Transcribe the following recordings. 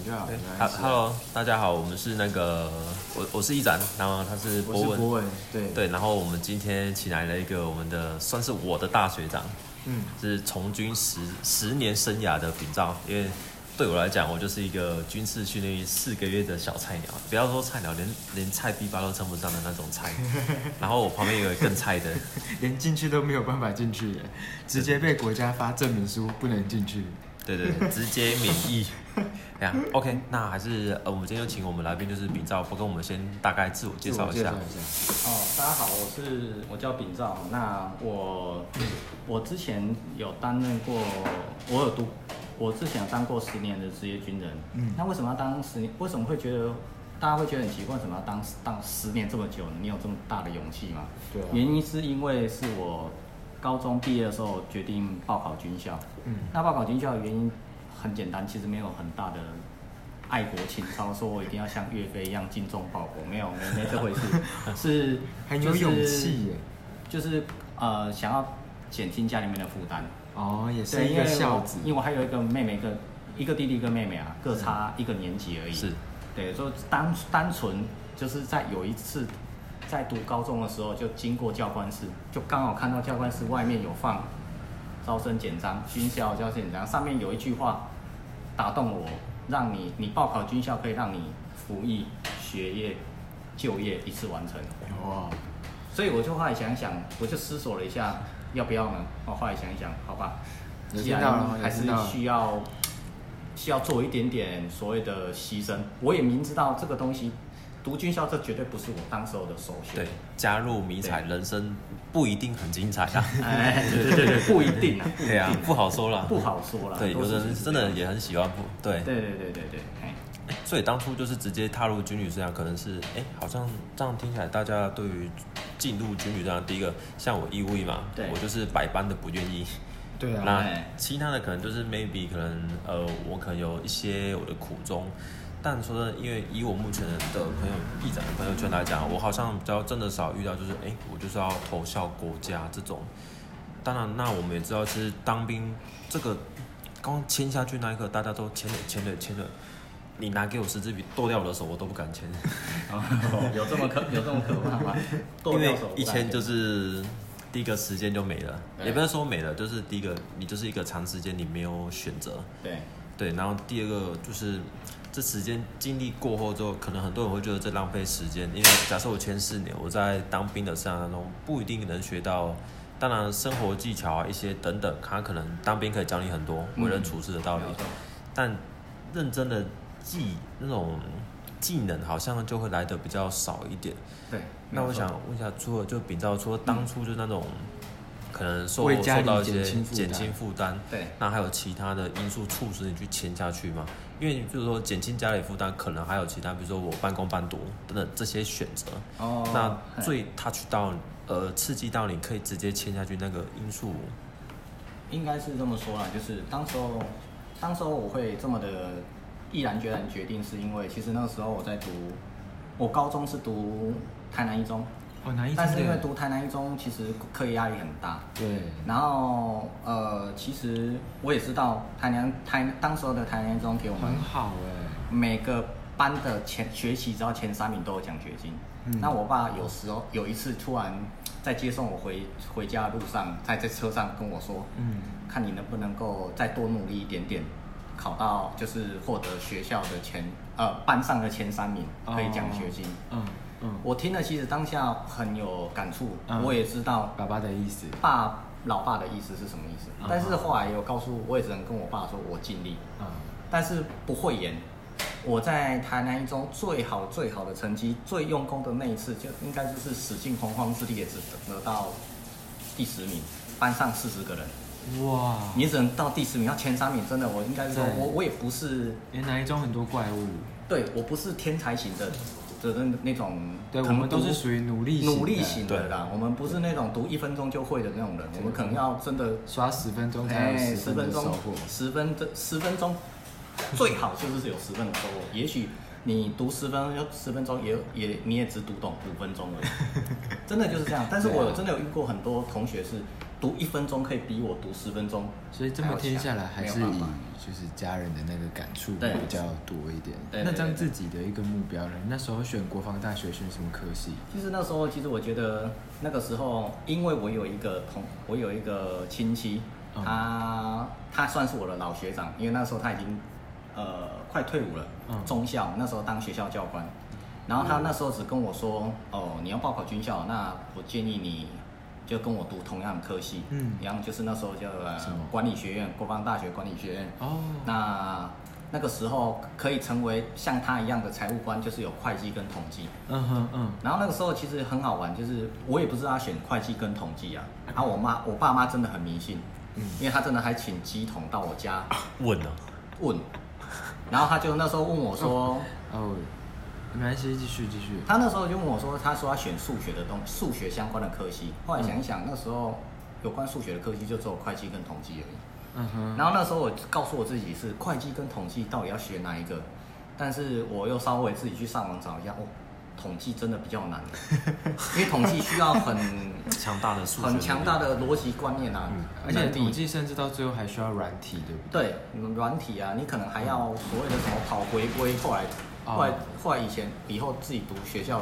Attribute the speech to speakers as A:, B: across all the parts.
A: 下。原来
B: 哈
A: 是
B: Hello，大家好，我们是那个我我是一展，然后他是
A: 我
B: 博
A: 是
B: 文
A: 博，文，对，
B: 对，然后我们今天请来了一个我们的算是我的大学长，
A: 嗯，
B: 是从军十十年生涯的秉照，因为对我来讲，我就是一个军事训练营四个月的小菜鸟，不要说菜鸟，连连菜逼吧都称不上的那种菜。然后我旁边有一个更菜的，
A: 连进去都没有办法进去耶，直接被国家发证明书不能进去。
B: 对对，对直接免疫。哎呀，OK，那还是呃，我们今天就请我们来宾就是秉照，不跟我们先大概自我介绍一
A: 自
B: 下
A: 我。介绍
C: 哦，大家好，我是我叫秉照。那我我之前有担任过，我有读，我之前有当过十年的职业军人。
A: 嗯
C: 那为什么要当十年？为什么会觉得大家会觉得很奇怪？为什么要当当十年这么久呢？你有这么大的勇气吗？
A: 对啊
C: 原因是因为是我高中毕业的时候决定报考军校。
A: 嗯
C: 那报考军校的原因很简单，其实没有很大的爱国情操，说我一定要像岳飞一样精忠报国，没有，没没这回事， 是
A: 很有勇气耶，
C: 就是，就是呃想要减轻家里面的负担，
A: 哦，也是
C: 对，
A: 一
C: 因为
A: 个
C: 我
A: 孝子，
C: 因为我还有一个妹妹，一个一个弟弟，一个妹妹啊，各差一个年级而已。
B: 是，
C: 对，就单单纯就是在有一次在读高中的时候，就经过教官室，就刚好看到教官室外面有放招生简章，军校招生简章上面有一句话打动我，让你你报考军校可以让你服役、学业、就业一次完成。
A: 哇，
C: 所以我就后来想一想，我就思索了一下，要不要呢？我后来想一想，好吧，
A: 有
C: 既
A: 听到了
C: 然还
A: 有
C: 是
A: 听到了
C: 需要需要做一点点所谓的牺牲。我也明知道这个东西，读军校这绝对不是我当时候的首选。
B: 对，加入迷彩，人生不一定很精彩 啊。
C: 哎，对对对对，不一定啊，不一
B: 对啊，不好说啦。
C: 不好说啦。
B: 对，有
C: 都是
B: 的人
C: 这
B: 真
C: 样
B: 的。也很喜欢不对，
C: 对对对对对，哎，
B: 所以当初就是直接踏入军旅生涯，可能是哎、好像这样听起来，大家对于进入军旅生涯，第一个像我义务役嘛，
C: 对
B: 我就是百般的不愿意。
A: 对啊，
B: 那
C: 哎
B: 其他的可能就是 maybe 可能呃，我可能有一些我的苦衷，但说真的，因为以我目前的朋友臂展的朋友圈来讲，我好像比较真的少遇到，就是哎、我就是要投效国家这种。当然，那我们也知道，其实当兵这个刚签下去那一刻，大家都签了签了签了，你拿给我十支笔剁掉我的手，我都不敢 签，
C: 哦有这么可有这么可怕 吗？
B: 因
C: 剁掉
B: 为
C: 手不
B: 一签
C: 敢
B: 就是第一个时间就没了，
C: 对
B: 也不是说没了，就是第一个你就是一个长时间你没有选择。
C: 对，
B: 对，然后第二个就是这时间经历过后之后，可能很多人会觉得这浪费时间，因为假设我前四年我在当兵的生涯当中不一定能学到，当然生活技巧啊一些等等，他可能当兵可以教你很多为人处事的道理，
C: 没错
B: 但认真的技那种技能好像就会来的比较少一点。
C: 对。
B: 那我
C: 没错嗯
B: 想问一下，除了就比照说当初就那种、可能受
A: 为家
B: 受
A: 里
B: 到一
A: 减
B: 些
A: 轻负
B: 减
A: 担
B: 轻负担，
C: 对
B: 那还有其他的因素促使你去签下去吗？因为你比如说减轻家里负担，可能还有其他，比如说我半工半读等等这些选择。
C: 哦，
B: 那
C: 嘿
B: 最 touch 到呃刺激到你可以直接签下去那个因素，
C: 应该是这么说啦，就是当时候，当时候我会这么的毅然决然决定，是因为其实那个时候我在读，我高中是读台南一中，
A: 哦，难以
C: 但是因为
A: 读
C: 读台南一中，其实课业压力很大。
A: 对，
C: 然后呃，其实我也知道台南台当时候的台南一中给我们
A: 很好哎，
C: 每个班的前学习只要前三名都有奖学金。
A: 嗯
C: 那我爸有时候有一次突然在接送我回回家的路上，在在车上跟我说，
A: 嗯，
C: 看你能不能够再多努力一点点，考到就是获得学校的前呃班上的前三名，可以奖学金。
A: 嗯嗯，
C: 我听了其实当下很有感触，
A: 嗯
C: 我也知道
A: 爸爸的意思，
C: 爸老爸的意思是什么意思，
A: 嗯
C: 但是后来有告诉我，我也只能跟我爸说我尽力。
A: 嗯，
C: 但是不会演。我在台南一中最好最好的成绩，最用功的那一次，就应该就是使尽洪荒之力也只得到第十名，班上四十个人，
A: 哇，
C: 你只能到第十名，要前三名，真的，我应该是说
A: 对
C: 我我也不是，
A: 原来中很多怪物，
C: 对我不是天才型的的那那种，
A: 对
C: 可
A: 我
C: 能
A: 们都
C: 读
A: 是属于努力
C: 努力
A: 型
C: 型
A: 的
C: 的啦，我们不是那种读一分钟就会的那种人，我们可能要真的
A: 刷十分钟才
C: 哎，
A: 有
C: 十
A: 十分
C: 分
A: 的收
C: 钟
A: 获，，
C: 十分钟，十分钟，最好就是有十分的收获。也许你读十分钟，十分钟也也 你也只读懂五分钟而已，真的就是这样。但是
A: 对啊
C: 我真的有遇过很多同学是，读一分钟可以比我读十分钟，
A: 所以这么听下来，还
C: 还有
A: 是
C: 想没有
A: 以
C: 办法
A: 就是家人的那个感触
C: 对
A: 比较多一点。
C: 对对对
A: 那这样自己的一个目标呢？那时候选国防大学选什么科系？
C: 其实那时候，其实我觉得那个时候，因为我有一个同，我有一个亲戚，
A: 嗯
C: 他他算是我的老学长，因为那时候他已经呃快退伍了，
A: 嗯
C: 中校那时候当学校教官，然后他那时候只跟我说，哦，你要报考军校，那我建议你就跟我读同样的科系，
A: 嗯
C: 然后就是那时候叫呃
A: 什么
C: 管理学院，国防大学管理学院，
A: 哦，
C: 那那个时候可以成为像他一样的财务官，就是有会计跟统计。
A: 嗯哼嗯，
C: 然后那个时候其实很好玩，就是我也不知道他选会计跟统计啊，然后我妈我爸妈真的很迷信，因为他真的还请鸡桶到我家
B: 问啊，
C: 问，然后他就那时候问我说，
A: 哦，没关系，继续继续。
C: 他那时候就问我说，他说他选数学的东数学相关的科系，后来想一想，那时候有关数学的科系就只有会计跟统计而已。
A: 嗯哼，
C: 然后那时候我告诉我自己是会计跟统计到底要学哪一个，但是我又稍微自己去上网找一下，哦，统计真的比较难，因为统计需要很
B: 强大的数学，
C: 很强大，的逻辑观念啊，
A: 而且
C: 能力
A: 统计甚至到最后还需要软体，对不对？
C: 对嗯软体啊，你可能还要所谓的什么跑回归，后来
A: 哦
C: 后来后来以前以后自己读学校，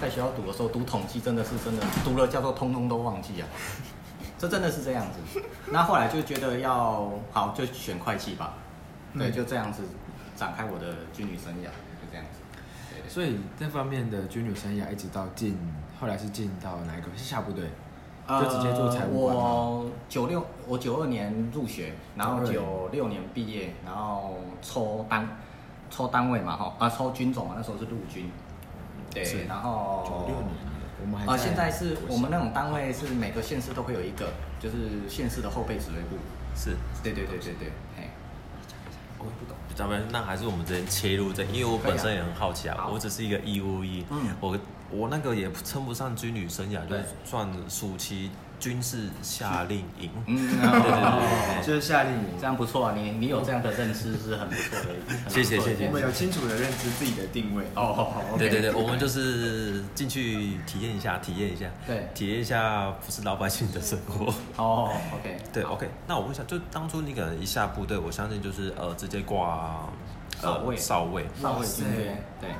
C: 在学校读的时候读统计真的是真的读了叫做通通都忘记啊， 这真的是这样子。那后来就觉得要好就选会计吧，对，
A: 嗯
C: 就这样子展开我的军旅生涯，就这样子。对对
A: 所以这方面的军旅生涯一直到进，后来是进到哪一个？是下部队，就直接做财务官
C: 呃、
A: 吗？哦
C: 我九六，我九二年入学，然后九
A: 92
C: 六年毕业，然后抽单，抽单位嘛哈，啊抽军种嘛，那时候是陆军，对
A: 是，
C: 然后
B: 九六年，
A: 我们还
C: 啊、现在是我们那种单位是每个县市都会有一个，就是县市的后备指挥部，
B: 是，
C: 对对对对对，嘿，
B: 我也不懂。咱们那还是我们之前切入这，因为我本身也很好奇
C: 可以
B: 啊
C: 啊，好
B: 我只是一个义务役，
C: 嗯
B: 我我那个也称不上军旅生涯，就
C: 对
B: 是算暑期军事夏令营。
C: 嗯，
B: 对对对
A: 就是夏令营
C: 这，样不错啊，你你有这样的认知是很不错的，很不错的
B: 谢谢谢谢
A: 我们有清楚的认知自己的定位。
C: 哦，好，OK
B: 对对对，我们就是进去体验一下，体验一下，
C: 对
B: 体验一下不是老百姓的生活。
C: 哦，OK，
B: 对，OK，那我问一下，就当初你可能一下部队，我相信就是呃直接挂呃
C: 少尉
B: 少尉，
C: 上
A: 哇
C: 位
A: 塞
C: 军队，对。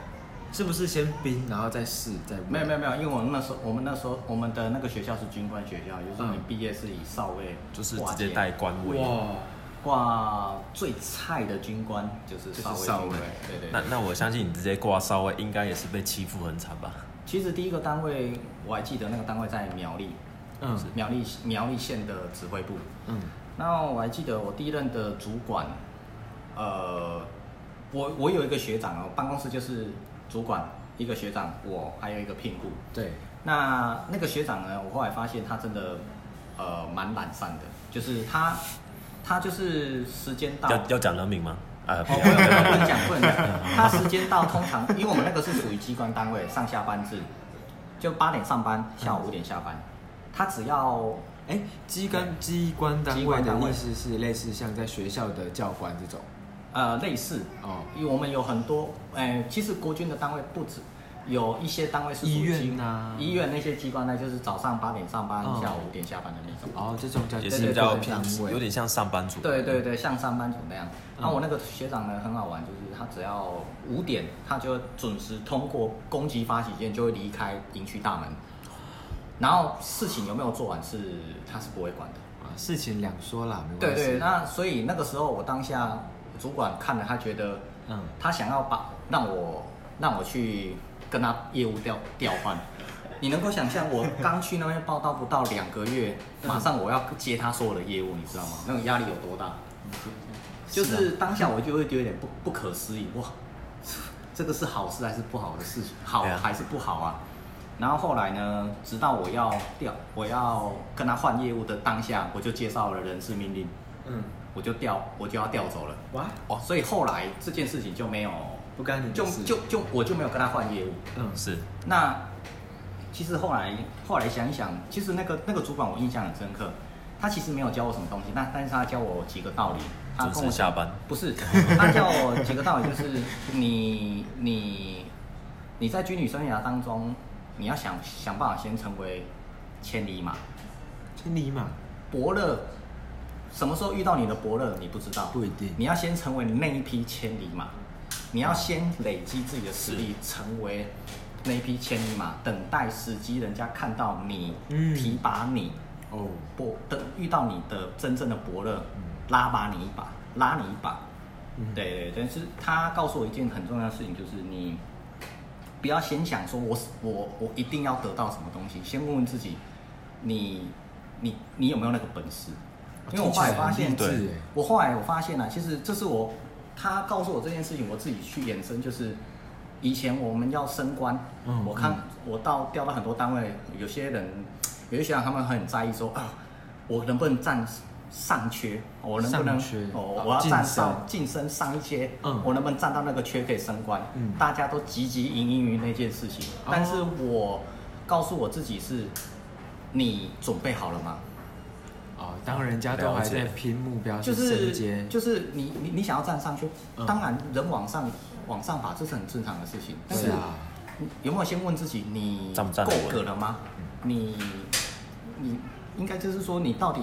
A: 是不是先兵，然后再试，再
C: 没有没有没有，因为我们那时候我们那时候我们的那个学校是军官学校，也就是你
A: 嗯
C: 毕业是以少尉
B: 就是
C: 挂
B: 直接
C: 衔
B: 带官位。
A: 哇，
C: 挂最菜的军官就是
A: 就是
C: 少尉
A: 少尉
C: 军官对对
B: 那
C: 对。
B: 那我相信你直接挂少尉，应该也是被欺负很惨吧？
C: 其实第一个单位我还记得那个单位在苗栗，
A: 嗯
C: 苗栗苗栗县的指挥部。
A: 嗯，
C: 那我还记得我第一任的主管，呃，我我有一个学长哦，办公室就是主管一个学长，我还有一个聘雇。
A: 对，
C: 那那个学长呢，我后来发现他真的呃蛮懒散的，就是他他就是时间到。
B: 要要讲人名吗？啊，不
C: 哦，
B: 要
C: 不
B: 不
C: 能
B: 要
C: 不能讲，不能讲。他时间到，通常因为我们那个是属于机关单位，上下班制，就八点上班，下午五点下班。他只要
A: 哎，机关机关单
C: 机
A: 位
C: 关单位
A: 的意思是类似像在学校的教官这种
C: 呃类似，
A: 哦，
C: 因为我们有很多，哎、其实国军的单位不止，有一些单位是属于
A: 医院
C: 机
A: 啊
C: 医院那些机关呢，就是早上八点上班，
A: 嗯
C: 下午五点下班的那种。
A: 哦，这种叫
B: 也是
A: 机
B: 比较
A: 关
B: 偏
A: 单位，
B: 有点像上班族。
C: 对对对，像上班族那样。
A: 嗯
C: 那、我那个学长呢，很好玩，就是他只要五点，他就准时通过攻击发起键，就会离开营区大门。然后事情有没有做完是他是不会管的。
A: 啊，事情两说啦，没
C: 对
A: 关系。
C: 对，那所以那个时候我当下主管看了，他觉得
A: 嗯，
C: 他想要把让我让我去跟他业务调调换。你能够想象，我刚去那边报道不到两个月， 马上我要接他所有的业务，你知道吗？那种压力有多大？就是当下我就会有点不不可思议，哇， 这个是好事还是不好的事情？好
B: 对啊
C: 还是不好啊？然后后来呢，直到我要调，我要跟他换业务的当下，我就接到了人事命令，
A: 嗯，
C: 我就调，我就要调走了。哦
A: 哇，
B: 哇
C: 所以后来这件事情就没有，
A: 不干你的
C: 就
A: 事
C: 就就我就没有跟他换业务。
A: 嗯
B: 是
C: 那其实后来后来想一想，其实那个那个主管我印象很深刻，他其实没有教我什么东西，那但是他教我几个道理，他
B: 准
C: 跟我
B: 时下班。
C: 不是， 他教我几个道理，就是你你你在军旅生涯当中，你要想想办法先成为千里马。
A: 千里马，
C: 伯乐什么时候遇到你的伯乐，你不知道，
A: 不一定
C: 你要先成为那一匹千里马，你要先累积自己的实力，成为那一匹千里马，等待时机，人家看到你，
A: 嗯
C: 提拔你，
A: 哦，
C: 伯等遇到你的真正的伯乐，拉拔你一把，拉你一把。
A: 嗯
C: 对对，但是他告诉我一件很重要的事情，就是你不要先想说我是我我一定要得到什么东西，先问问自己，你你你有没有那个本事？因为我后来发现，
A: 哦听起来很励志
B: 对
A: 哎
C: 我后来我发现啊，其实这是我他告诉我这件事情，我自己去延伸，就是以前我们要升官，
A: 嗯
C: 我看我到调到很多单位，有些人有些学长他们很在意说啊，我能不能占上缺，我能不能
A: 上缺
C: 哦
A: 啊，
C: 我要
A: 晋
C: 站
A: 升
C: 上晋升上一阶，
A: 嗯
C: 我能不能站到那个缺可以升官？
A: 嗯
C: 大家都汲汲营营于那件事情，
A: 哦
C: 但是我告诉我自己是，你准备好了吗？
A: 哦，当人家都还在
B: 了解
A: 拼目标
C: 就是是
A: 升阶，
C: 就是你你你想要站上去，
A: 嗯
C: 当然人往上往上爬这是很正常的事情，但
A: 是
C: 是
A: 啊，
C: 你有没有先问自己你
B: 站不站得
C: 够
B: 稳嗯
C: 格了吗？你你应该就是说你到底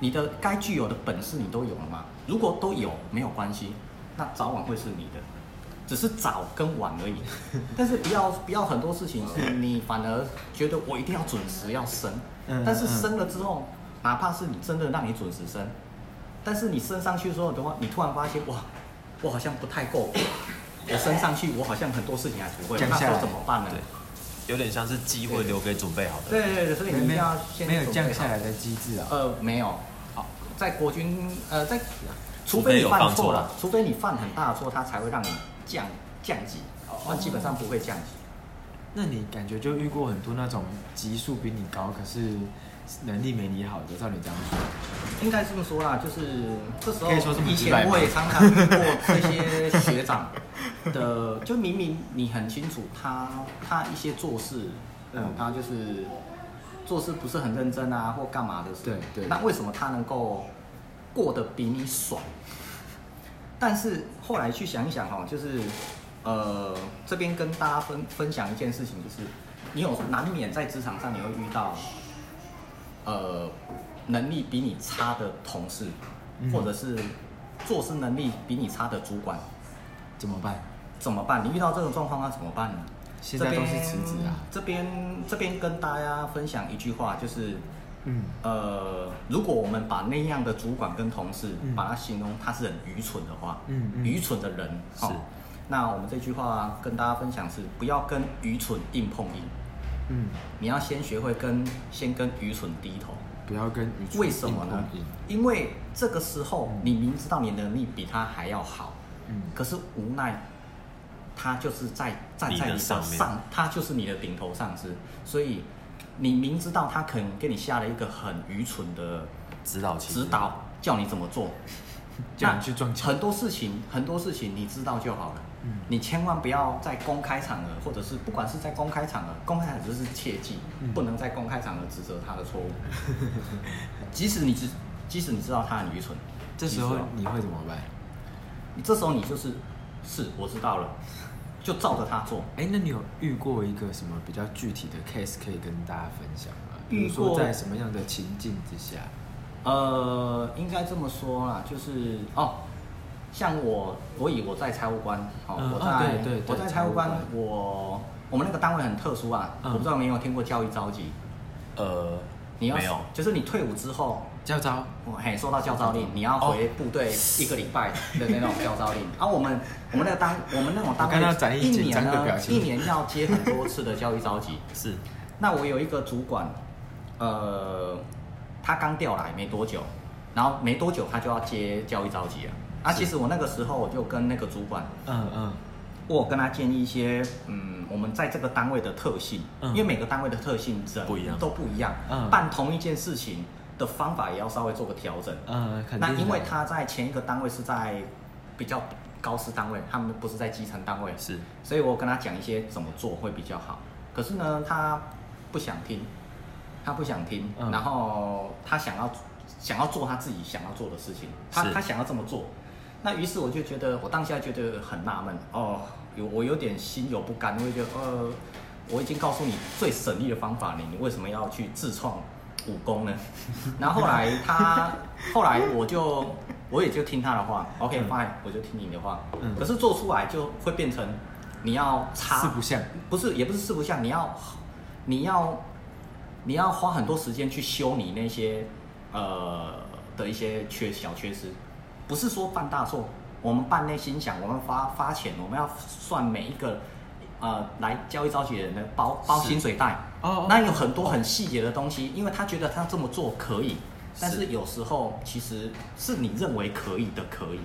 C: 你的该具有的本事你都有了吗？如果都有没有关系，那早晚会是你的，只是早跟晚 而已。但是不要不要很多事情是你反而觉得我一定要准时要升，
A: 嗯
C: 但是
A: 嗯
C: 升了之后，哪怕是你真的让你准时升，但是你升上去之后的话，你突然发现哇，我好像不太够格，我升上去我好像很多事情还不会，
A: 降
C: 那时
A: 下
C: 候
A: 来
C: 怎么办呢？
B: 对，有点像是机会留给准备好的人。
C: 对对对，所以你一定
A: 没
C: 要先
A: 没有
C: 准备
A: 降
C: 好
A: 下来的机制啊，
C: 呃，没有，好，在国军呃，在
B: 除
C: 除非
B: 非
C: 你
B: 有
C: 犯
B: 犯
C: 错
B: 错
C: 了
B: 了，
C: 除非你犯很大的错，他才会让你降降级，那基本上不会降级。
A: 那你感觉就遇过很多那种级数比你高，可是能力没你好的，照你这样说，
C: 应该这么说啦，就是这时候
A: 可以说这么
C: 以
A: 直白
C: 前
A: 吗
C: 我也常常遇过这些学 长的，就明明你很清楚他他一些做事，嗯，他就是做事不是很认真啊，或干嘛的事，
A: 对对
C: 那为什么他能够过得比你爽？但是后来去想一想哦，就是呃，这边跟大家分分享一件事情，就是你有难免在职场上你会遇到呃能力比你差的同事，
A: 嗯
C: 或者是做事能力比你差的主管，
A: 怎么办？
C: 怎么办？你遇到这种状况，那怎么办呢？
A: 现在都是辞职啊
C: 这边这边这边跟大家分享一句话，就是
A: 嗯，
C: 呃，如果我们把那样的主管跟同事，
A: 嗯
C: 把它形容他是很愚蠢的话，
A: 嗯嗯
C: 愚蠢的人，
B: 是
C: 哦那我们这句话跟大家分享是，不要跟愚蠢硬碰硬，
A: 嗯，
C: 你要先学会跟先跟愚蠢低头。
A: 不嗯要跟愚蠢
C: 为什么
A: 硬
C: 呢
A: 碰硬？
C: 因为这个时候
A: 嗯
C: 你明知道你能力比他还要好，
A: 嗯
C: 可是无奈他就是在站在你的
B: 你的上面
C: 上，他就是你的顶头上司，所以你明知道他可能给你下了一个很愚蠢的
B: 指导期
C: 指导，叫你怎么做，
A: 叫你去撞墙
C: 很多事情，很多事情你知道就好了。
A: 嗯
C: 你千万不要在公开场合，或者是不管是在公开场合，公开场合就是切记，
A: 嗯
C: 不能在公开场合指责他 的错误。即使你知，即使你知道他很愚蠢，
A: 这时
C: 即
A: 候
C: 使哦
A: 你会怎么办？
C: 你这时候你就是，是我知道了，就照着他做。
A: 哎，那你有遇过一个什么比较具体的 case 可以跟大家分享吗？比
C: 遇
A: 如说
C: 过
A: 在什么样的情境之下？
C: 呃，应该这么说啦，就是哦，像我，我以我在财务官，哦，
A: 嗯
C: 我在、
A: 哦对对对
C: 我在财务官
A: 财务，
C: 我我们那个单位很特殊啊，
A: 嗯
C: 我不知道你有没有听过教育召集，
B: 呃，
C: 你要
B: 没有，
C: 就是你退伍之后。
A: 教招
C: 我嘿，收到教招
A: 嗯
C: 令，你要回部队一个礼拜的那种教招令。啊，我们我们那个单，我们那种单
A: 哦我看到
C: 位
A: 展
C: 一
A: 翼紧
C: 年
A: 张的
C: 呢
A: 表，情
C: 一年要接很多次的教育召集。
B: 是
C: 那我有一个主管，呃，他刚调来没多久，然后没多久他就要接教育召集了。啊，其实我那个时候我就跟那个主管，
A: 嗯嗯，
C: 我有跟他建议一些，嗯，我们在这个单位的特性，
A: 嗯
C: 因为每个单位的特性人
B: 不一样
C: 都不一样，
A: 嗯
C: 办同一件事情的方法也要稍微做个调整。
A: 呃，肯定
C: 那
A: 的
C: 因为他在前一个单位是在比较高师单位，他们不是在基层单位，
B: 是，
C: 所以我跟他讲一些怎么做会比较好。可是呢，他不想听，他不想听，
A: 嗯
C: 然后他想要想要做他自己想要做的事情，他
B: 是
C: 他想要这么做。那于是我就觉得，我当下觉得很纳闷哦，有我有点心有不甘，我就觉得呃，我已经告诉你最省力的方法了，你为什么要去自创武 功呢？然后后来他，后来我就我也就听他的话，OK fine，、我就听你的话。
A: 嗯
C: 可是做出来就会变成你要擦
A: 四不像，
C: 不是也不是四不像，你要你要你要花很多时间去修你那些呃的一些缺小缺失，不是说犯大错，我们办内心想，我们发发钱，我们要算每一个呃来交易召集人的包包
B: 是
C: 薪水袋，
A: 哦
C: 那有很多很细节的东西，因为他觉得他这么做可以，但
B: 是
C: 是有时候其实是你认为可以的可以，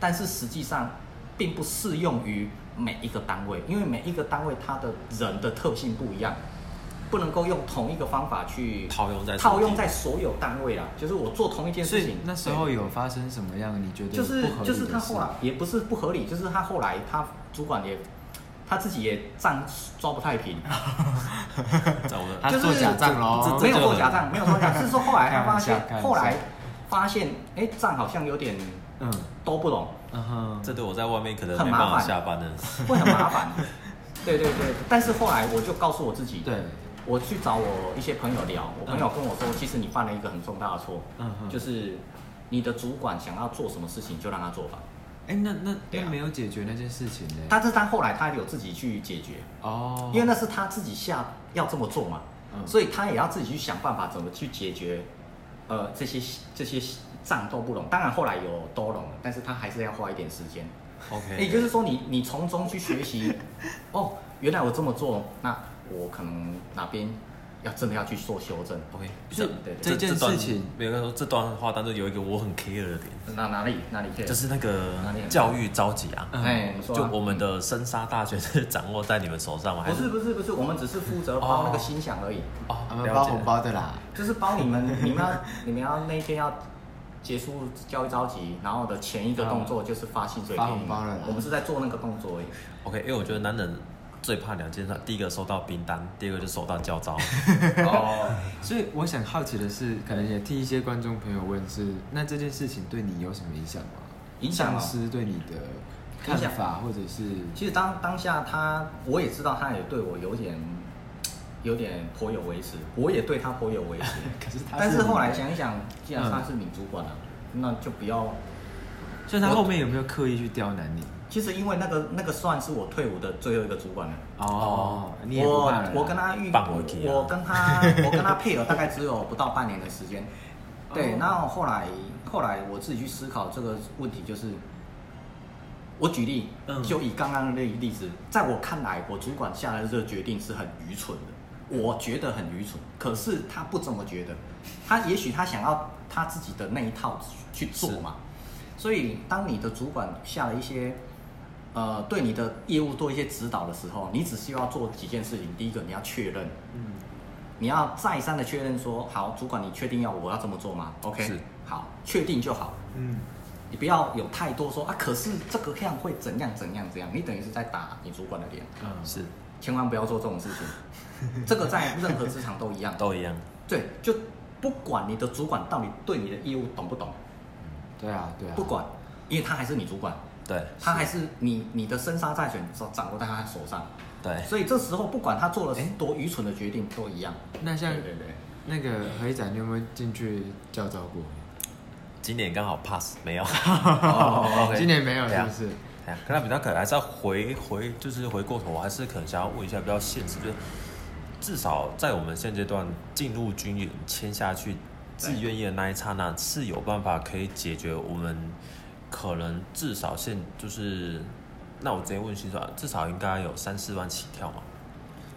C: 但是实际上并不适用于每一个单位，因为每一个单位它的人的特性不一样，不能够用同一个方法去
B: 套用在
C: 嗯套用在所有单位啦。啊就是我做同一件
A: 所
C: 事
A: 以
C: 情，
A: 那时候有发生什么样你觉得
C: 就是
A: 不合理
C: 就是他
A: 的事
C: 后来也不是不合理，就是他后来他主管也他自己也账抓不太平，
B: 在我的
A: 他
C: 就是
A: 做假账
B: 这
A: 喽
B: 这，
C: 没有做假账，没有做假账，是说后 来他发
A: 开玩笑开玩
C: 现，
A: 笑
C: 后来发现，哎，账好像有点
A: 嗯
C: 都不懂，
A: 嗯哼，
B: 这对我在外面可能
C: 很
B: 没
C: 麻
B: 办法
C: 烦
B: 下班的。
C: 会很 麻烦。对对对，但是后来我就告诉我自己，
A: 对，
C: 我去找我一些朋友聊，我朋友跟我说，其实你犯了一个很重大的错，
A: 嗯哼，
C: 就是是你的主管想要做什么事情就让他做吧。
A: 哎，那那
C: 对
A: 那
C: 啊
A: 没有解决那件事情呢？
C: 但是他后来他有自己去解决，
A: 哦，
C: 因为那是他自己下要这么做嘛，
A: 嗯
C: 所以他也要自己去想办法怎么去解决，呃，这些这些账都不拢。当然后来有都拢了，但是他还是要花一点时间。也就
B: OK，
C: 是说你，你从中去学习， 哦，原来我这么做，那我可能哪边要真的要去做修正。
B: OK，
A: 是
C: 对对
A: 这件
B: 段
A: 事情
B: 没有说这段话当中有一个我很 care 的点，
C: 那哪里哪里可以？
B: 就是那个
C: 哪里很
B: 教育召集啊，
A: 嗯
C: 哎，你说啊、
B: 就我们的生杀大权是掌握在你们手上吗？还
C: 不是不啊是不是，我们只是负责包那个心想而已，
B: 哦
A: 我，们
B: 了
A: 包
B: 解
A: 红包的啦，
C: 就是包你们你们要你们要那一天要结束交易召集，然后的前一个动作就是发薪水给
A: 发
C: 你
A: 红包了
C: 们，我们是在做那个动作而已。
B: OK，因为我觉得男人最怕两件事，第一个收到冰单，第二个就收到教招。
C: 哦，
A: 所以我想好奇的是，可能也替一些观众朋友问是，那这件事情对你有什么影响吗？
C: 影响哦
A: 上司对你的看法，或者是
C: 其实当当下他，我也知道他也对我有点有点颇有微词，我也对他颇有微词。
A: 可是嗯他
C: 但
A: 是
C: 是
A: 你
C: 后来，想一想，既然他是你主管了、那就不要。
A: 所以他后面有没有刻意去刁难你？
C: 其实因为那个那个算是我退伍的最后一个主管了。
A: 哦，你也不
C: 我
A: 怕了啦，
C: 我跟他遇，
B: 放回去啊
C: 我跟 他我跟他配合大概只有不到半年的时间。对
A: 哦，
C: 然后后来后来我自己去思考这个问题，就是我举例，
B: 嗯
C: 就以刚刚的那例子，在我看来，我主管下的这个决定是很愚蠢的，我觉得很愚蠢，可是他不这么觉得，他也许他想要他自己的那一套去做嘛，所以当你的主管下了一些。呃，对你的业务做一些指导的时候，你只需要做几件事情。第一个，你要确认，
A: 嗯
C: 你要再三的确认说，好，主管，你确定要我要这么做吗？OK，
B: 是
C: 好，确定就好，
A: 嗯
C: 你不要有太多说啊，可是这个样会怎样怎样怎样，你等于是在打你主管的脸，
A: 嗯
B: 是，
C: 千万不要做这种事 情，这个在任何职场都一样，
B: 都一样。
C: 对，就不管你的主管到底对你的业务懂不懂，
A: 对啊对啊，
C: 不管，因为他还是你主管，
B: 对
C: 他还是你你的生杀大权掌掌握在他手上，
B: 对，
C: 所以这时候不管他做了多愚蠢的决定都一样，
A: 那像
C: 对对对。
A: 那个何一展，你有没有进去教招过？
B: 今年刚好 pass 没有。
C: 哦
A: 今年没有是
B: 对啊
A: 不是？
B: 哎呀，可能比较可能还是要回回，就是回过头，我还是可能想要问一下比较现实，就是至少在我们现阶段进入军营签下去自愿役的那一刹那，是有办法可以解决我们可能至少现就是，那我直接问薪水啊，至少应该有三四万起跳嘛，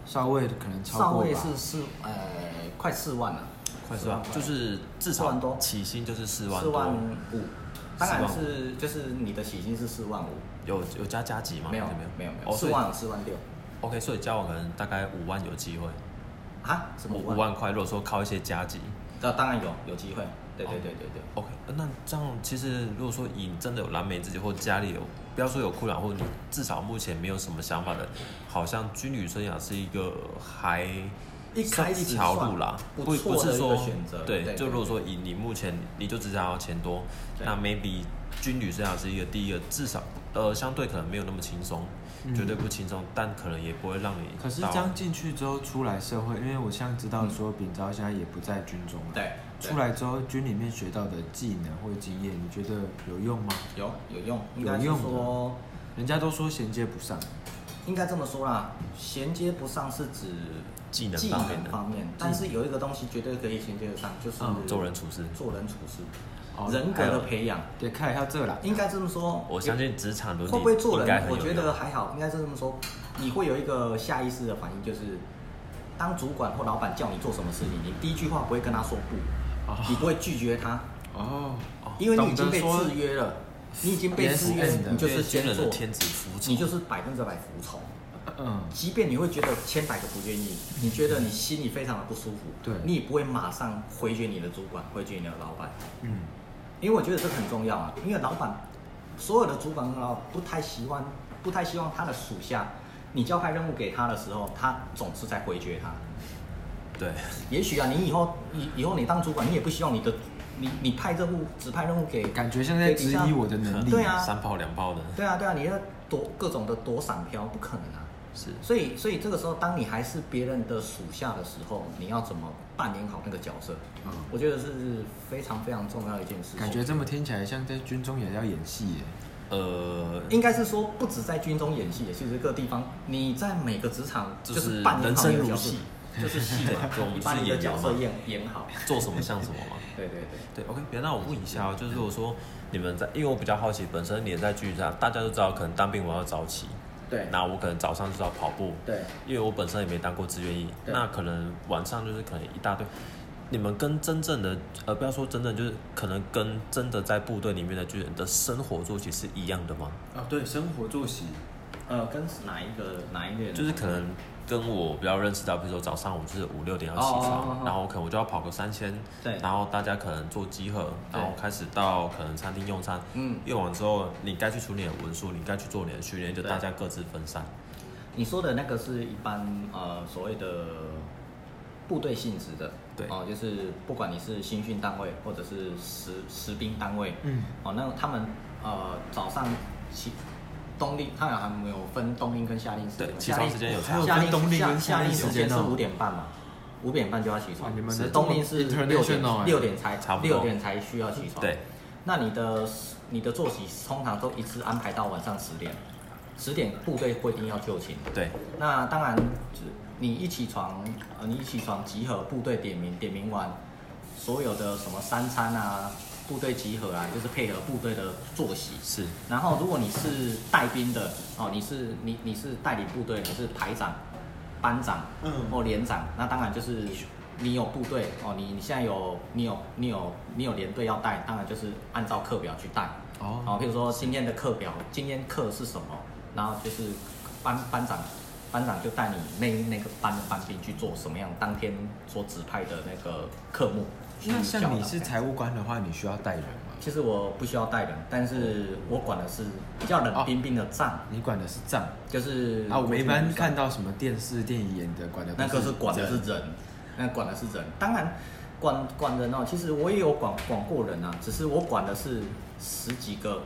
A: 稍微可能超
C: 上
A: 过吧
C: 位是四呃快四万了，
B: 快四
C: 四
B: 万
C: 万，
B: 就是至
C: 四
B: 少
C: 万多
B: 起薪就是四万
C: 四万
B: 多，
C: 五，当然是就是你的起薪是四万五，
B: 有有加加急吗？
C: 没有
B: 还是
C: 没有没有
B: 哦，
C: 四
B: 所以
C: 万四万六
B: OK，所以交往可能大概五万有机会，
C: 啊？什么
B: 五五
C: 万？
B: 万块，如果说靠一些加急。
C: 那当然有有机会，对对对对对。
B: OK，呃那这样其实如果说以你真的有蓝莓自己或家里有，不要说有困扰，或者你至少目前没有什么想法的，好像军旅生涯是一个还
C: 一开
B: 算
C: 始
B: 一条路啦，不
C: 算不错的
B: 是
C: 一
B: 说
C: 个选择
B: 对，
C: 对
B: 就如果说以你目前你就只想要钱多，
C: 对
B: 那 maybe 军旅生涯是一个第一个，至少呃，相对可能没有那么轻松，
A: 嗯
B: 绝对不轻松，但可能也不会让你到。
A: 可是这样进去之后出来社会，因为我像知道说秉昭现在也不在军中了，
C: 对，对
A: 出来之后军里面学到的技能或者经验，你觉得有用吗？
C: 有有用，应
A: 有
C: 该是
A: 用的
C: 说，
A: 人家都说衔接不上，
C: 应该这么说啦，衔接不上是指
B: 技能
C: 技
B: 方面
C: 能
B: 的
C: 方面，但是有一个东西绝对可以衔接得上，就是
A: 嗯
B: 做人处事
C: 做人处
A: 哦
C: 事、人格的培养。
A: 对，看一下这啦，
C: 应该这么说，
B: 我相信职场伦理
C: 会不会做
B: 应该
C: 人？
B: 很
C: 我
B: 有
C: 觉
B: 用
C: 得还好，应该是这么说。你会有一个下意识的反应，就是当主管或老板叫你做什么事情，你第一句话不会跟他说不，
A: 哦
C: 你不会拒绝他，
A: 哦，
C: 因为你已
A: 懂
C: 经
A: 得
C: 被
A: 说
C: 制约了，你已经被制约
A: Yes and，
C: 你就是
B: 军
C: 先
B: 人
C: 做
B: 的，天职服从，
C: 你就是百分之百服从。
A: 嗯，
C: 即便你会觉得千百个不愿意，你觉得你心里非常的不舒服，
A: 对
C: 你也不会马上回绝你的主管，回绝你的老板，
A: 嗯，
C: 因为我觉得这很重要啊。因为老板，所有的主管跟老板不太喜欢，不太希望他的属下，你交派任务给他的时候，他总是在回绝他。
B: 对，
C: 也许啊，你以后以以后你当主管，你也不希望你的你你派任务指派任务给
A: 感觉像在质疑我的能力，
C: 对啊
B: 三炮两炮的，
C: 对啊对啊，你要躲各种的躲闪飘，不可能啊。
B: 是
C: 所以，所以这个时候，当你还是别人的属下的时候，你要怎么扮演好那个角色？
A: 嗯
C: 我觉得是非常非常重要的一件事情。
A: 感觉这么听起来像在军中也要演戏耶，
B: 呃，
C: 应该是说，不止在军中演戏，其实各地方，你在每个职场
B: 就是
C: 是扮演好你的角色，就是戏嘛
B: 对我，们
C: 你
B: 是
C: 把你的
B: 演员
C: 角色
B: 嘛
C: 演演好。
B: 做什么像什么嘛。
C: 对对对，
B: 对，OK，别那我问一下哦，就是如果说你们在，因为我比较好奇，本身你也在剧上，大家都知道，可能当兵我要早起，
C: 对
B: 那我可能早上就是要跑步，
C: 对，
B: 因为我本身也没当过志愿役，
C: 对
B: 那可能晚上就是可能一大堆。你们跟真正的，呃，不要说真正，就是可能跟真的在部队里面的军人的生活作息是一样的吗？
C: 哦
A: 啊，对，生活作息，
C: 呃，跟哪一个哪一个人？
B: 就是可能跟我比较认识到，比如说早上我们就是五六点要起
C: 哦哦哦
B: 床
C: 哦，
B: 然后我可能我就要跑个三千，
C: 对
B: 然后大家可能做集合，
C: 对
B: 然后开始到可能餐厅用餐，
C: 嗯，
B: 用完之后你该去处理你的文书，你该去做你的训练，就
C: 对
B: 大家各自分散。
C: 你说的那个是一般呃所谓的部队性质的，
B: 对
C: 哦，就是不管你是新训单位或者是实实兵单位，
A: 嗯，
C: 哦，那他们呃早上起冬令，他还没有分冬令跟夏令时间
B: 对
C: 嘛，
B: 起
C: 夏
B: 床
C: 令
B: 时间有
A: 差
C: 夏
A: 还有分冬令
C: 夏
A: 跟夏
C: 夏
A: 令
C: 令
A: 时
C: 时
A: 间
C: 间
A: 哦
C: 是五点半嘛，五点半就要起
A: 哇
C: 床，
A: 你们的
C: 是冬令是
A: 这么
C: 六点
A: international 哎
C: 六点才
B: 差不多
C: 六点才需要起床，
B: 对，
C: 那你的你的作息通常都一直安排到晚上十点，十点部队规定要就寝。
B: 对，
C: 那当然，只你一起床，呃，你一起床集合部队点名，点名完，所有的什么三餐啊，部队集合啊，就是配合部队的作息。
B: 是
C: 然后，如果你是带兵的哦，你是你你是带领部队，你是排长、班长，
A: 嗯
C: 或连长，那当然就是你有部队哦，你你现在有你有你有你有连队要带，当然就是按照课表去带。
A: 哦，
C: 好，譬如说今天的课表，今天课是什么，然后就是班班长，班长就带你那那个班的班兵去做什么样当天所指派的那个科目。
A: 那像你是
C: 去教导
A: 财务官的话，你需要带人吗？
C: 其实我不需要带人，但是我管的是比较冷冰冰的账，
A: 你管的是账
C: 就是
A: 啊，我们一般看
C: 到
A: 到什么电视、电影演的，管的
C: 那个是管的是
A: 人
C: 人，那管的是人，当然。管管人哦，其实我也有管管过人啊，只是我管的是十几个，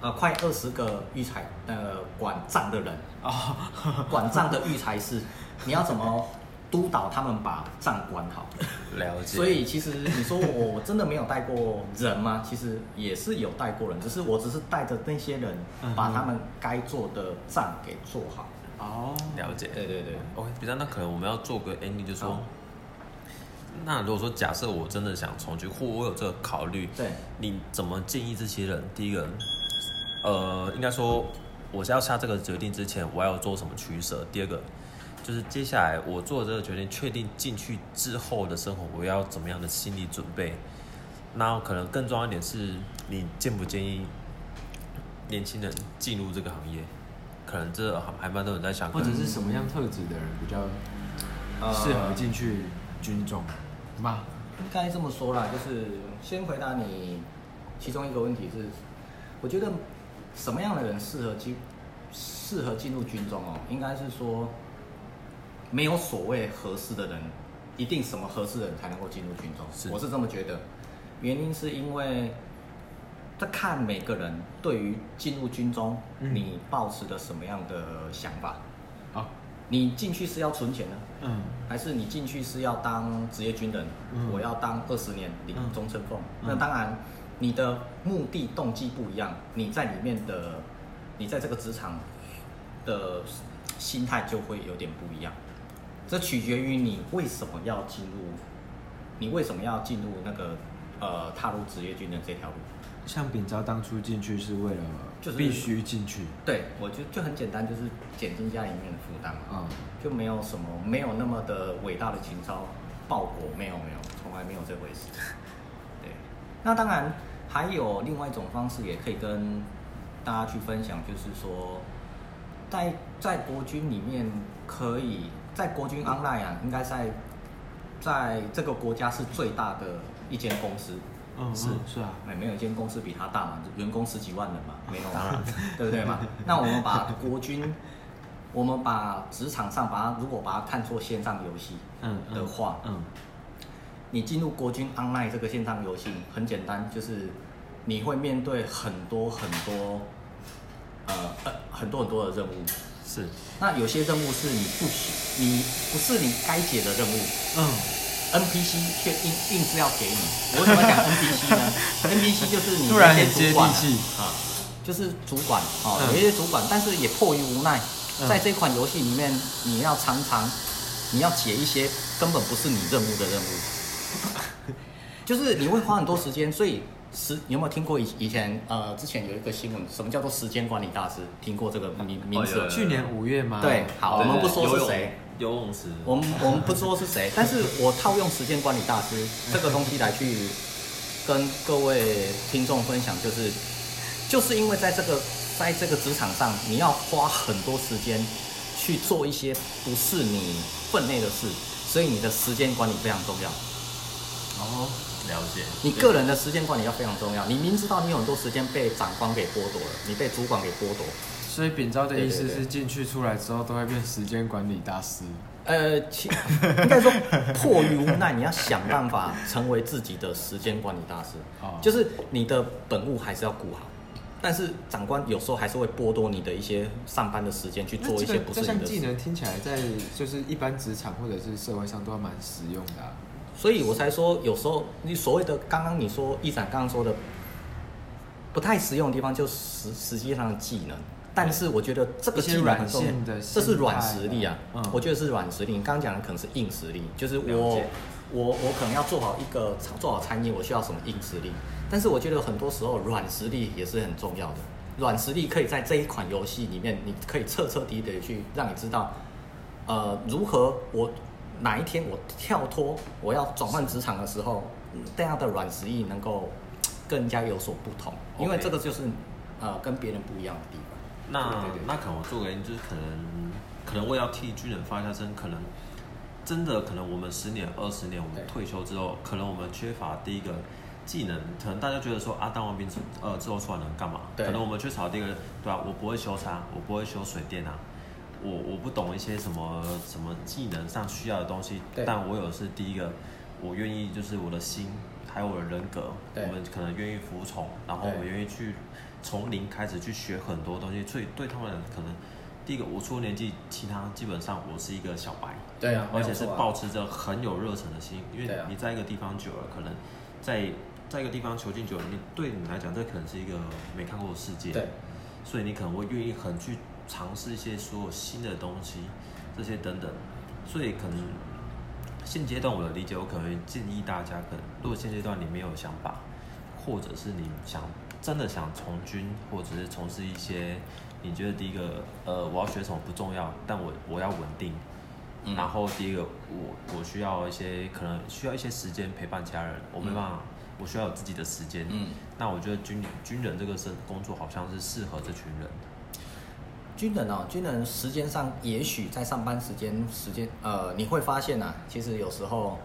C: 呃，快二十个育才呃管账的人，
A: 哦，
C: 管账的育才是，你要怎么督导他们把账管好？
B: 了解。
C: 所以其实你说我我真的没有带过人吗？ 其实也是有带过人，只是我只是带着那些人
A: 嗯哼
C: 把他们该做的账给做好。
A: 哦，
B: 了解。
C: 对哦对对，
B: OK，比赛那可能我们要做个 ending，就说
C: 好，
B: 那如果说假设我真的想从军，或我有这个考虑，
C: 对，
B: 你怎么建议这些人？第一个，呃，应该说我是要下这个决定之前，我要做什么取舍？第二个，就是接下来我做这个决定，确定进去之后的生活，我要怎么样的心理准备？那可能更重要一点是，你建不建议年轻人进入这个行业？可能这还还蛮多人在想，
A: 或者
B: 可能
A: 是什么样特质的人比较
C: 呃
A: 适合进去军中吗？
C: 应该这么说啦，就是先回答你其中一个问题是，我觉得什么样的人适合进适合进入军中哦？应该是说没有所谓合适的人，一定什么合适的人才能够进入军中，
B: 是
C: 我是这么觉得。原因是因为这看每个人对于进入军中，
A: 嗯
C: 你抱持的什么样的想法？
A: 啊，
C: 你进去是要存钱呢，
A: 嗯
C: 还是你进去是要当职业军人？
A: 嗯
C: 我要当二十年领
A: 嗯
C: 终身俸。
A: 嗯
C: 那当然，你的目的动机不一样，你在里面的，你在这个职场的心态就会有点不一样。这取决于你为什么要进入，你为什么要进入那个呃踏入职业军人这条路？
A: 像秉昭当初进去是为了
C: 就是
A: 必须进去
C: 对我就就很简单，就是减轻家里面的负担嘛。
A: 啊、
C: 就没有什么没有那么的伟大的情操报国，没有没有，从来没有这回事。对，那当然还有另外一种方式，也可以跟大家去分享，就是说，在在国军里面可以在国军 online 啊，应该在在这个国家是最大的一间公司。
A: 嗯，
B: 是
A: 嗯是啊，
C: 哎，没有一间公司比它大嘛，员工十几万人嘛，没有嘛， 对不对嘛？那我们把国军， 我们把职场上把它，如果把它看作线上游戏，
A: 嗯嗯
C: 的话
A: 嗯
C: 你进入国军 online 这个线上游戏，很简单，就是你会面对很多很多，呃呃，很多很多的任务。
B: 是
C: 那有些任务是你不喜，你不是你该解的任务，
A: 嗯，
C: 呃 NPC 却硬硬是要给你。我为什么讲 NPC 呢？NPC 就是你
A: 突然
C: 那
A: 很
C: 些
A: 接
C: 主管
A: 地
C: 啊
A: 气，
C: 啊，就是主管哦，
A: 嗯
C: 有一些主管，但是也迫于无奈，
A: 嗯
C: 在这款游戏里面，你要常常你要解一些根本不是你任务的任务， 就是你会花很多时间，所以。时，你有没有听过以以前呃，之前有一个新闻，什么叫做时间管理大师？听过这个名名
B: 哦有
C: 词
B: 有
C: 吗
B: 有？
A: 去年五月吗？哦
C: 对好我们不说是
B: 游泳
C: 谁，
B: 游泳池，
C: 我们我们不说是谁，但是我套用时间管理大师这个东西来去跟各位听众分享，就是就是因为在这个在这个职场上，你要花很多时间去做一些不是你分内的事，所以你的时间管理非常重要。
A: 哦，
B: 了解，
C: 你个人的时间管理要非常重要。你明知道你有很多时间被长官给剥夺了，你被主管给剥夺，
A: 所以秉昭的意思
C: 对对对
A: 是进去出来之后都会变时间管理大师，
C: 呃，其应该说迫于无奈，你要想办法成为自己的时间管理大师。
A: 哦
C: 就是你的本务还是要顾好，但是长官有时候还是会剥夺你的一些上班的时间去做一
A: 那这
C: 些
A: 个
C: 不
A: 这
C: 是你
A: 项
C: 的
A: 技
C: 事。
A: 能听起来在就是一般职场或者是社会上都还蛮实用的啊、
C: 所以我才说，有时候你所谓的刚刚你说一展刚刚说的不太实用的地方，就实实际上的技能。但是我觉得这个
A: 一些
C: 技能很
A: 软
C: 重要
A: 性的
C: 这是软实力啊。
A: 心态啊嗯
C: 我觉得是软实力。你刚刚讲的可能是硬实力，就是
B: 了
C: 我
B: 解
C: 我我可能要做好一个做好餐饮，我需要什么硬实力。但是我觉得很多时候软实力也是很重要的。软实力可以在这一款游戏里面，你可以彻彻底底地去让你知道，呃，如何我哪一天我跳脱，我要转换职场的时候，这样的软实力能够更加有所不同，因为
B: OK
C: 这个就是呃跟别人不一样的地方。
B: 那
A: 对对对
B: 那可能我做个人就是可能可能我也要替军人发一下声，可能真的可能我们十年二十年我
A: 对
B: 们退休之后，可能我们缺乏第一个技能，可能大家觉得说啊当完兵之呃之后出来能干嘛？
C: 对
B: 可能我们缺少第一个对啊吧、我不会修叉，我不会修水电啊。我我不懂一些什么什么技能上需要的东西
C: 对，
B: 但我有的是第一个，我愿意就是我的心，还有我的人格，
C: 对
B: 我们可能愿意服从，然后
C: 对
B: 我们愿意去从零开始去学很多东西，所以对他们可能第一个我出了年纪，其他基本上我是一个小白，
C: 对啊
B: 而且是保持着很有热忱的心，因
C: 对
B: 为
C: 啊
B: 你在一个地方久了，可能在在一个地方囚禁久了，你对你来讲这可能是一个没看过的世界，
C: 对，
B: 所以你可能会愿意很去尝试一些所有新的东西，这些等等，所以可能现阶段我的理解，我可能会建议大家，可能如果现阶段你没有想法，或者是你想真的想从军，或者是从事一些你觉得第一个呃我要学什么不重要，但我我要稳定，
C: 嗯
B: 然后第一个我我需要一些可能需要一些时间陪伴家人，我没办法，我需要有自己的时间，
C: 嗯，
B: 那我觉得军军人这个身工作好像是适合这群人。
C: 军人哦，军人时间上也许在上班时间时间，呃，你会发现啊，其实有时候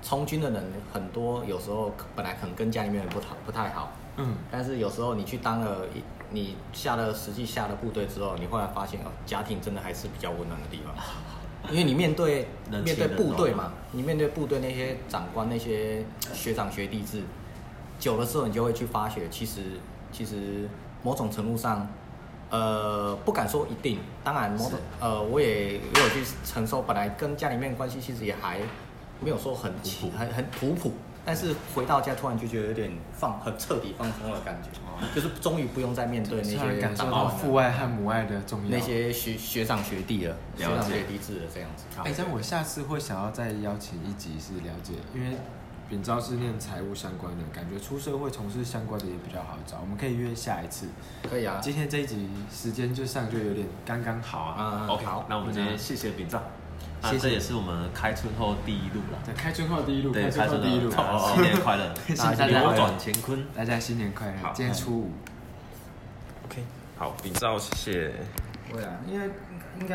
C: 从军的人很多，有时候本来可能跟家里面人不太不太好，
A: 嗯，
C: 但是有时候你去当了一，你下了实际下了部队之后，你后来发现哦，家庭真的还是比较温暖的地方，因为你面对
B: 啊人
C: 面
B: 情冷
C: 对部队嘛
B: 暖，
C: 你面对部队那些长官、那些学长学弟制，久了之后，你就会去发觉，其实其实某种程度上，呃，不敢说一定，当然某种呃，我也也有去承受，本来跟家里面关系其实也还没有说很
B: 普普
C: 很很普普，但是回到家突然就觉得有点放很彻底放松的感觉，就是终于不用再面对那
A: 突然
C: 些
A: 感受
C: 长
A: 到
C: 官
A: 父爱和母爱的重要。
C: 那些学学长学弟了，学
B: 了
C: 长
B: 解
C: 学弟制了这样子。
A: 哎，但我下次会想要再邀请一集是了解，因为秉昭是念财务相关的，感觉出社会从事相关的也比较好找，我们可以约下一次。
C: 可以啊，
A: 今天这一集时间就上就有点刚刚好啊。
C: 啊
B: ，OK，
C: 好
B: 那我们今天谢谢饼照，那
A: 谢谢
B: 这也是我们开春后第一路了，
A: 对，开春后第一路，
B: 对，
A: 春
B: 开
A: 后
B: 春哦
A: 第一路，啊
B: 了，新年快 乐，
A: 新年
B: 大家
A: 快乐
B: 扭转乾坤
A: 大家新年快乐！
B: 好
A: 今天初五，
B: ，OK，好，饼照，谢谢。
C: 对啊，因为应该应该。